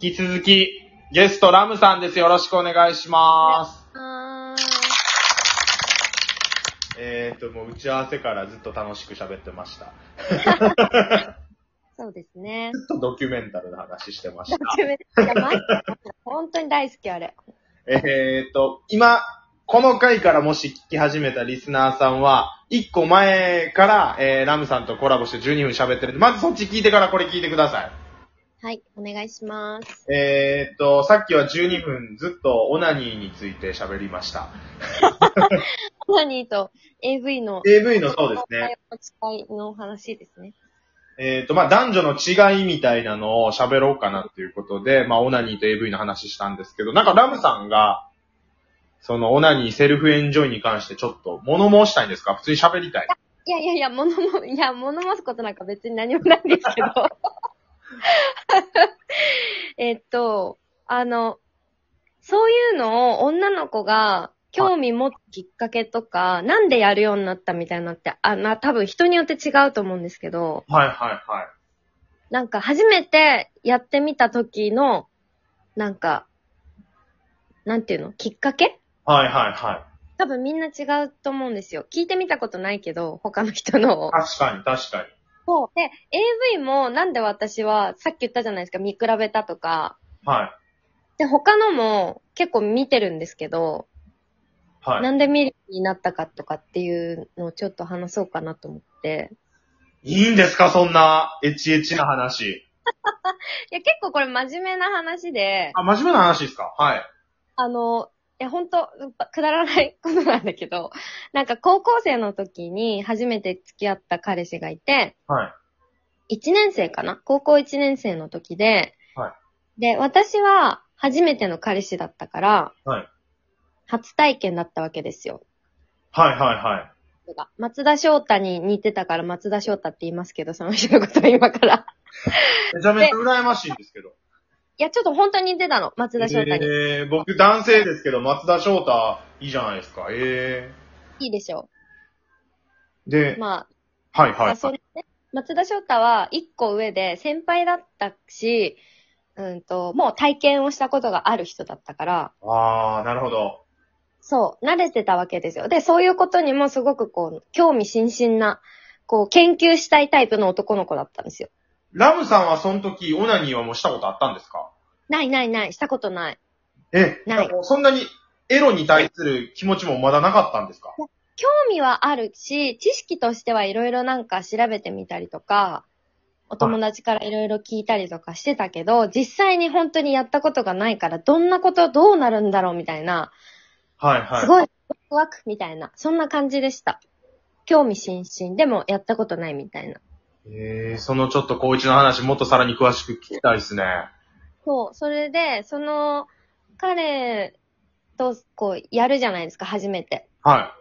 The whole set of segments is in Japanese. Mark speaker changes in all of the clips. Speaker 1: 引き続き、ゲストラムさんです。よろしくお願いします。
Speaker 2: は
Speaker 1: えーと、もう打ち合わせからずっと楽しく喋ってま した。
Speaker 2: そうです ね。
Speaker 1: ずっとドキュメンタルの話してまし
Speaker 2: ド
Speaker 1: た。
Speaker 2: キュメンタリーいやマジで本当に大好き、あれ。
Speaker 1: えーと、今、この回からもし聞き始めたリスナーさんは、一個前から、えー、ラムさんとコラボして12分喋ってるんで、まずそっち聞いてからこれ聞いてください。
Speaker 2: はい、お願いし ます。
Speaker 1: えーっと、さっきは12分ずっとオナニーについて喋りました。
Speaker 2: オナニーと AV の、
Speaker 1: AV のそうですね。。
Speaker 2: お使いのお話ですね。
Speaker 1: えーっと、まあ、男女の違いみたいなのを喋ろうかなっていうことで、まあ、オナニーと AV の話したんですけど、なんかラムさんが、そのオナニーセルフエンジョイに関してちょっと物申したいんですか普通に喋りたい。
Speaker 2: いやいやいや、物も、いや、物申すことなんか別に何もないんですけど。 えっと、あの、そういうのを女の子が興味持つきっかけとか、なんでやるようになったみたいなって、あな、多分人によって違うと思うんですけど、
Speaker 1: はいはいはい。
Speaker 2: なんか初めてやってみた時の、なんか、なんていうのきっかけ
Speaker 1: はいはいはい。
Speaker 2: 多分みんな違うと思うんですよ。聞いてみたことないけど、他の人のを。
Speaker 1: 確かに確かに。
Speaker 2: そう。で、AV もなんで私は、さっき言ったじゃないですか、見比べたとか。
Speaker 1: はい。
Speaker 2: で、他のも結構見てるんですけど、
Speaker 1: は
Speaker 2: なんで見るようになったかとかっていうのをちょっと話そうかなと思って。
Speaker 1: い。いいんですかそんな、エッチエッチな話。
Speaker 2: いや、結構これ真面目な話で、
Speaker 1: あ、真面目な話ですかはい。
Speaker 2: あの、いや、ほんと、くだらないことなんだけど、なんか高校生の時に初めて付き合った彼氏がいて、
Speaker 1: はい。
Speaker 2: 1年生かな高校1年生の時で、
Speaker 1: は
Speaker 2: で、私は初めての彼氏だったから、
Speaker 1: はい
Speaker 2: 初体験だったわけですよ。
Speaker 1: はいはいはい。
Speaker 2: 松田翔太に似てたから松田翔太って言いますけど、その人のことは今から。
Speaker 1: めちゃめちゃ羨ましいんですけど。
Speaker 2: いや、ちょっと本当に似てたの、松田翔太に。
Speaker 1: えー、僕男性ですけど、松田翔太、いいじゃないですか。え
Speaker 2: いいでしょ
Speaker 1: ー。で
Speaker 2: う。、ま
Speaker 1: はい
Speaker 2: あ、
Speaker 1: はい。
Speaker 2: それね、松田翔太は1個上で先輩だったし、うんと、もう体験をしたことがある人だったから、
Speaker 1: あー、なるほど。
Speaker 2: そう、慣れてたわけですよ。で、そういうことにもすごくこう、興味津々な、こう、研究したいタイプの男の子だったんですよ。
Speaker 1: ラムさんはその時、オナニーはもうしたことあったんですか
Speaker 2: ないないない、したことない。
Speaker 1: え、
Speaker 2: ない
Speaker 1: んかもうそんなに、エロに対する気持ちもまだなかったんですか
Speaker 2: 興味はあるし、知識としてはいろいろなんか調べてみたりとか、お友達からいろいろ聞いたりとかしてたけど、実際に本当にやったことがないから、どんなことどうなるんだろうみたいな、
Speaker 1: はいはい。
Speaker 2: すごい、ワクワクみたいな、そんな感じでした。興味津々、でもやったことないみたいな。
Speaker 1: えー、そのちょっと高一の話、もっとさらに詳しく聞きたいですね。
Speaker 2: そう、それで、その、彼と、こう、やるじゃないですか、初めて。
Speaker 1: は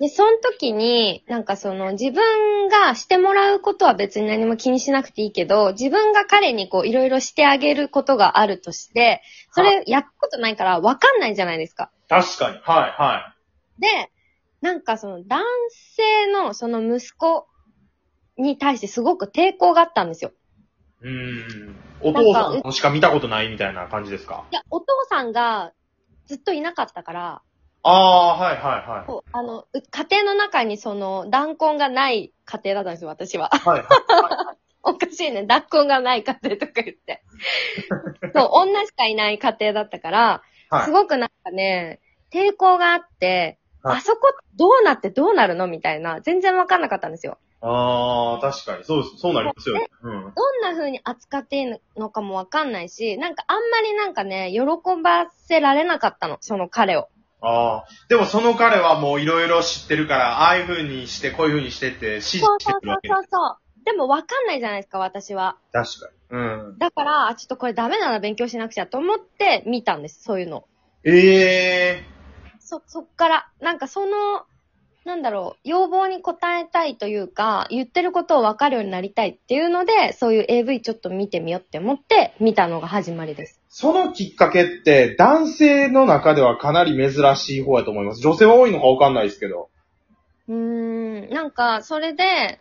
Speaker 2: で、その時に、なんかその、自分がしてもらうことは別に何も気にしなくていいけど、自分が彼にこう、いろいろしてあげることがあるとして、それ、やったことないから、わかんないじゃないですか。
Speaker 1: い。確かに。はいは
Speaker 2: で、なんかその、男性の、その息子に対してすごく抵抗があったんですよ。
Speaker 1: い。うーん。お父さんのしか見たことないみたいな感じですか
Speaker 2: いや、お父さんが、ずっといなかったから、
Speaker 1: あー、はいはいはい。
Speaker 2: そう、あの、う家庭の中にその、弾痕がない家庭だったんですよ、私は。
Speaker 1: はいは
Speaker 2: おかしいね、弾痕がない家庭とか 言って。そう、女しかいない家庭だったから、
Speaker 1: はい
Speaker 2: すごくなんかね、抵抗があって、
Speaker 1: はい
Speaker 2: あそこどうなってどうなるのみたいな、全然わかんなかったんですよ。
Speaker 1: い。あー、確かに。そうです。そうなりますよね。うん。
Speaker 2: どんな風に扱っていいのかもわかんないし、なんかあんまりなんかね、喜ばせられなかったの、その彼を。
Speaker 1: ああ。でもその彼はもういろいろ知ってるから、ああいう風にして、こういう風にしてって指示
Speaker 2: そう
Speaker 1: して
Speaker 2: そう
Speaker 1: くる
Speaker 2: そ
Speaker 1: わ
Speaker 2: う
Speaker 1: け。
Speaker 2: そうそう。でもわかんないじゃないですか、私は。
Speaker 1: 確かに。うん。
Speaker 2: だから、あちょっとこれダメなら勉強しなくちゃと思って見たんです、そういうの。
Speaker 1: ええ
Speaker 2: そ、そっから、なんかその、なんだろう、要望に応えたいというか、言ってることを分かるようになりたいっていうので、そういう AV ちょっと見てみようって思って見たのが始まりです。
Speaker 1: そのきっかけって、男性の中ではかなり珍しい方やと思います。女性は多いのかわかんないですけど。
Speaker 2: うーん、なんか、それで、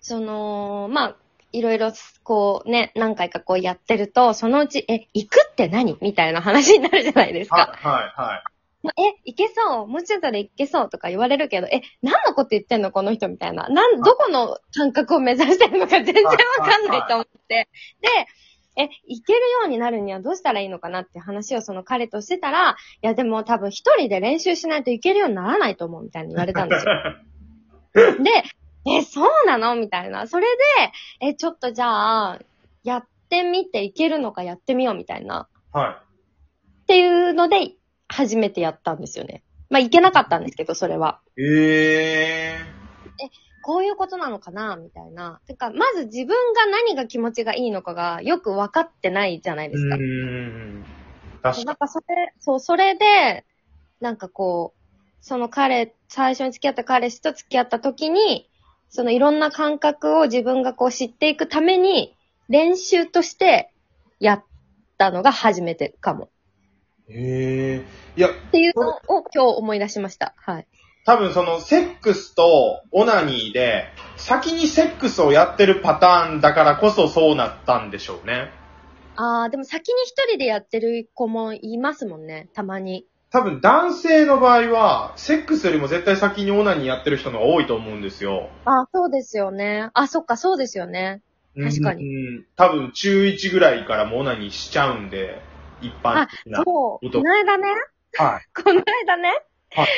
Speaker 2: その、まあ、いろいろ、こうね、何回かこうやってると、そのうち、え、行くって何みたいな話になるじゃないです
Speaker 1: はい
Speaker 2: か。、
Speaker 1: はい、はい。
Speaker 2: まあえ、行けそうもうちょっとで行けそうとか言われるけど、え、何のこと言ってんのこの人みたいな。なん、どこの感覚を目指してるのか全然わかんないと思って。で、え、行けるようになるにはどうしたらいいのかなって話をその彼としてたら、いやでも多分一人で練習しないといけるようにならないと思うみたいに言われたんですよ。で、え、そうなのみたいな。それで、え、ちょっとじゃあ、やってみていけるのかやってみようみたいな。
Speaker 1: は
Speaker 2: っていうので、初めてやったんですよね。まあ、いけなかったんですけど、それは。
Speaker 1: い。え
Speaker 2: こういうことなのかなみたいな。てか、まず自分が何が気持ちがいいのかがよく分かってないじゃない
Speaker 1: ー。
Speaker 2: で
Speaker 1: う
Speaker 2: すか。
Speaker 1: ーん。確か
Speaker 2: なんかそれ、そう、それで、なんかこう、その彼、最初に付き合った彼氏と付き合った時に、そのいろんな感覚を自分がこう知っていくために、練習としてやったのが初めてかも。
Speaker 1: に。えー。いや、
Speaker 2: っていうのを今日思い出しました。はい。
Speaker 1: 多分そのセックスとオナニーで、先にセックスをやってるパターンだからこそそうなったんでしょうね。
Speaker 2: ああ、でも先に一人でやってる子もいますもんね、たまに。
Speaker 1: 多分男性の場合は、セックスよりも絶対先にオナニーやってる人の方が多いと思うんですよ。
Speaker 2: あそうですよね。あ、そっか、そうですよね。確かに
Speaker 1: うん。多分中1ぐらいからもうオナニーしちゃうんで、一般的な。
Speaker 2: そう、
Speaker 1: いいと
Speaker 2: この間ね、
Speaker 1: はい。
Speaker 2: この間ね、
Speaker 1: はい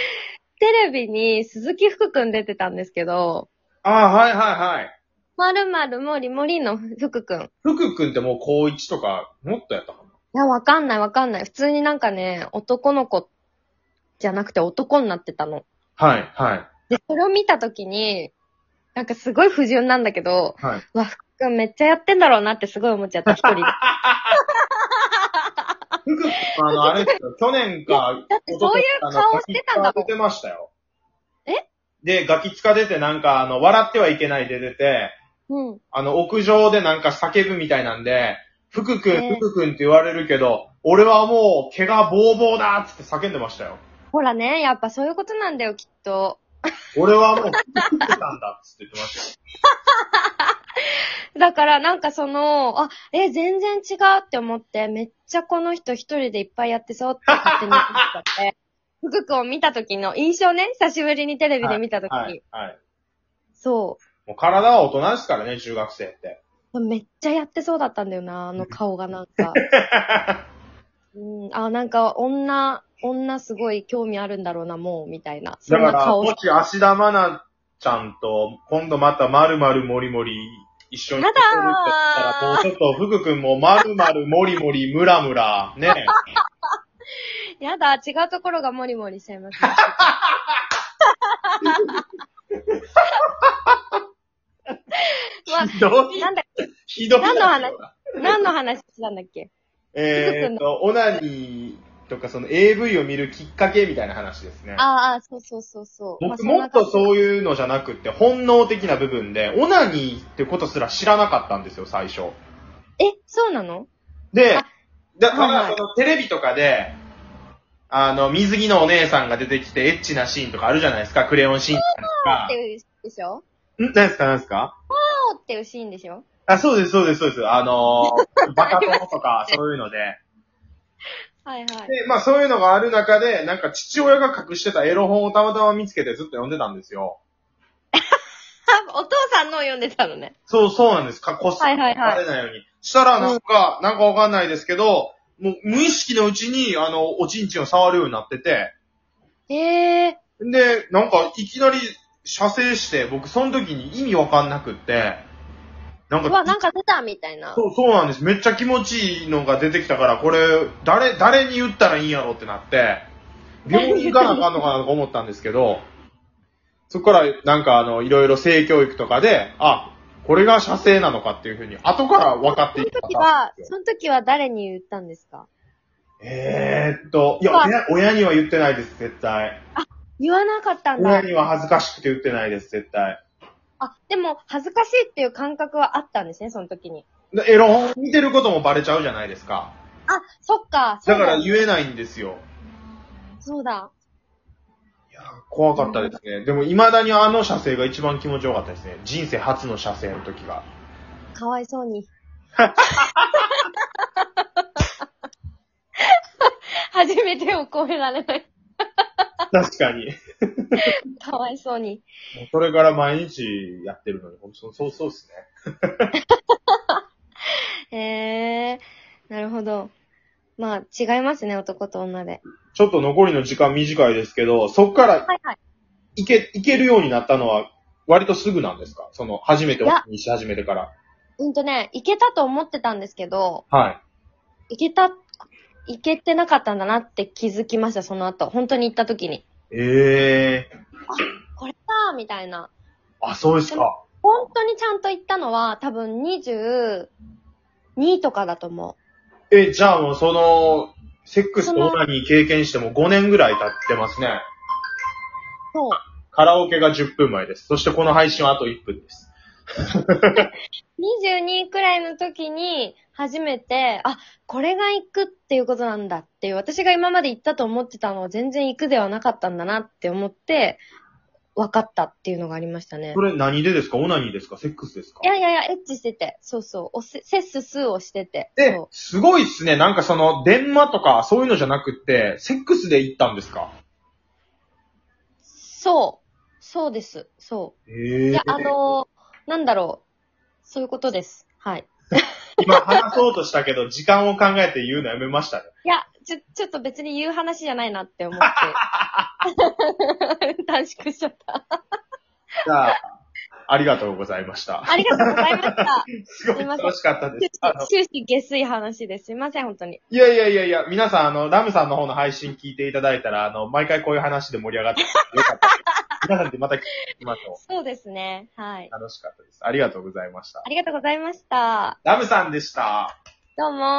Speaker 2: テレビに鈴木福くん出てたんですけど、
Speaker 1: ああ、はいはいはい。
Speaker 2: まるまるもりもりの福くん。い
Speaker 1: 福くんってもう高1とか、もっとやったかな。
Speaker 2: や、わかんないわかんない。普通になんかね、男の子じゃなくて男になってたの。
Speaker 1: はい、はい、
Speaker 2: で、それを見たときに、なんかすごい不純なんだけど、
Speaker 1: はい。
Speaker 2: うわ、福くんめっちゃやってんだろうなってすごい思っちゃった、一人で。
Speaker 1: 福くん、あの、あれですよ、去年か、
Speaker 2: だってそういう顔してたんだもん
Speaker 1: ガキ使出てましたよ。
Speaker 2: え
Speaker 1: で、ガキつか出てなんか、あの、笑ってはいけないで出て、
Speaker 2: うん。
Speaker 1: あの、屋上でなんか叫ぶみたいなんで、福く
Speaker 2: え
Speaker 1: ん、
Speaker 2: え
Speaker 1: 福くんって言われるけど、俺はもう、毛がボーボーだーっつって叫んでましたよ。
Speaker 2: ほらね、やっぱそういうことなんだよ、きっと。
Speaker 1: 俺はもう、福くんなんだっつって言ってましたよ。
Speaker 2: だからなんかその、あ、え、全然違うって思って、めっちゃこの人一人でいっぱいやってそうって勝手に思っちゃって、 福君を見た時の印象ね、久しぶりにテレビで見た時、
Speaker 1: はい、はい。
Speaker 2: そ
Speaker 1: もう体は大人ですからね、中学生って。
Speaker 2: う。めっちゃやってそうだったんだよな、あの顔がな んか。うん、あ、なんか女、女すごい興味あるんだろうな、もう、みたいな。そ
Speaker 1: だ
Speaker 2: ん
Speaker 1: か
Speaker 2: な
Speaker 1: ら、
Speaker 2: 顔
Speaker 1: も
Speaker 2: して
Speaker 1: し芦田愛菜ちゃんと、今度またまるまるもりもり一緒に
Speaker 2: やだー
Speaker 1: ら、もうちょっと福くんもまるまるもりもりムラムラ、ね。
Speaker 2: やだ、違うところがモリモリしちゃい ますね。まあ
Speaker 1: ひどい、
Speaker 2: なんだ、
Speaker 1: ひどい。
Speaker 2: 何の話何の話してたんだっけ
Speaker 1: えーっと、 オナニーとかその AV を見るきっかけみたいな話ですね。
Speaker 2: あーあー、そうそうそうそう。まあ
Speaker 1: 僕もっと
Speaker 2: そんな感
Speaker 1: そういうのじゃなくって、本能的な部分で、オナニーってことすら知らなかったんですよ、最初。
Speaker 2: じ。え、そうなの
Speaker 1: で
Speaker 2: あ、
Speaker 1: だか
Speaker 2: はいは
Speaker 1: ら、
Speaker 2: い
Speaker 1: そのテレビとかで、あの、水着のお姉さんが出てきてエッチなシーンとかあるじゃないですか、クレヨンシーンとか
Speaker 2: って。いうでしょ
Speaker 1: ん何ですか何ですか
Speaker 2: 青っていうシーンでしょ
Speaker 1: あ、そうです、そうです、そうです。あの ー、バカ友とか、そういうので。
Speaker 2: はいはい。
Speaker 1: で、まあそういうのがある中で、なんか父親が隠してたエロ本をたまたま見つけてずっと読んでたんですよ。
Speaker 2: あ お父さんのを読んでたのね。
Speaker 1: そう、そうなんです。か、こっそ
Speaker 2: は
Speaker 1: り
Speaker 2: いはいはい
Speaker 1: バレないように。したら、なんか、なんかわかんないですけど、もう無意識のうちに、あの、おちんちんを触るようになってて、
Speaker 2: ええ
Speaker 1: で、なんか、いきなり、射精して、僕、その時に意味わかんなくって、なん
Speaker 2: ー。うわ、
Speaker 1: か、
Speaker 2: なんか出たみたいな。
Speaker 1: そう、そうなんです。めっちゃ気持ちいいのが出てきたから、これ、誰、誰に言ったらいいんやろってなって、病院行かなあかんのかなとか思ったんですけど、そこから、なんか、あの、いろいろ性教育とかで、あ、これが射精なのかっていうふうに、後から分かってい
Speaker 2: そ
Speaker 1: った
Speaker 2: の時は、その時は誰に言ったんですか
Speaker 1: えーっと、いや、
Speaker 2: まあ
Speaker 1: 親親には言ってないです、絶対。
Speaker 2: 言わなかったん
Speaker 1: 親
Speaker 2: だ。
Speaker 1: には恥ずかしくて言ってないです、絶対。
Speaker 2: あ、でも、恥ずかしいっていう感覚はあったんですね、その時に。
Speaker 1: でエロ本見てることもバレちゃうじゃないですか。
Speaker 2: あ、そっか、そ
Speaker 1: だ
Speaker 2: う
Speaker 1: か
Speaker 2: だ
Speaker 1: ら。言えないんですよ。
Speaker 2: そうだ。
Speaker 1: いやー怖かったですね。でも未だにあの射精が一番気持ちよかったですね。人生初の射精の時が。
Speaker 2: かわいそうに。初めてを超えられない。
Speaker 1: 確かに。
Speaker 2: かわいそうに。
Speaker 1: もうそれから毎日やってるのに、ほんとそうそうそうですね。
Speaker 2: えー、なるほど。まあ、違いますね、男と女で。
Speaker 1: ちょっと残りの時間短いですけど、そっから
Speaker 2: はいはい。
Speaker 1: いけ、いけるようになったのは、割とすぐなんですかその、初めてお気にし始めてから。
Speaker 2: うんとね、いけたと思ってたんですけど、
Speaker 1: はい。
Speaker 2: いけた、いけてなかったんだなって気づきました、その後。本当に行った時に。
Speaker 1: ええ
Speaker 2: これかーみたいな。
Speaker 1: あ、そうですか。
Speaker 2: 本当にちゃんと行ったのは、多分22とかだと思
Speaker 1: え、じゃあもうその、セックスとオナニー経験しても5年ぐらい経ってますね。
Speaker 2: う。そう。
Speaker 1: カラオケが10分前です。そしてこの配信はあと1分です。
Speaker 2: 22くらいの時に、初めて、あ、これが行くっていうことなんだっていう、私が今まで行ったと思ってたのは全然行くではなかったんだなって思って、分かったっていうのがありましたね
Speaker 1: そ。れ何でですかオナニーですかセックスですか
Speaker 2: いやいやいや、エッチしてて、そうそう、おせ、セッススーをしてて。
Speaker 1: で
Speaker 2: そう、
Speaker 1: すごいっすね。なんかその、電話とかそういうのじゃなくって、セックスで行ったんですか
Speaker 2: そう、そうです、そ
Speaker 1: え
Speaker 2: う。いや、あのーなんだろう、そういうことです。はい。
Speaker 1: 今話そうとしたけど、時間を考えて言うのやめましたね。
Speaker 2: いや、ちょ、ちょっと別に言う話じゃないなって思って。短縮しちゃった。
Speaker 1: じゃあ、ありがとうございました。
Speaker 2: ありがとうございました。
Speaker 1: すごい楽しかったです。あの
Speaker 2: 終始下水話です。すいません、本当に。
Speaker 1: いやいやいやいや、皆さん、あの、ラムさんの方の配信聞いていただいたら、あの、毎回こういう話で盛り上がってよかったです。皆さんでまた聞きましょ。。
Speaker 2: そうですね。はいう
Speaker 1: 楽しかったです。ありがとうございました
Speaker 2: あ。りがとうございました。
Speaker 1: ラムさんでした。
Speaker 2: どうもー。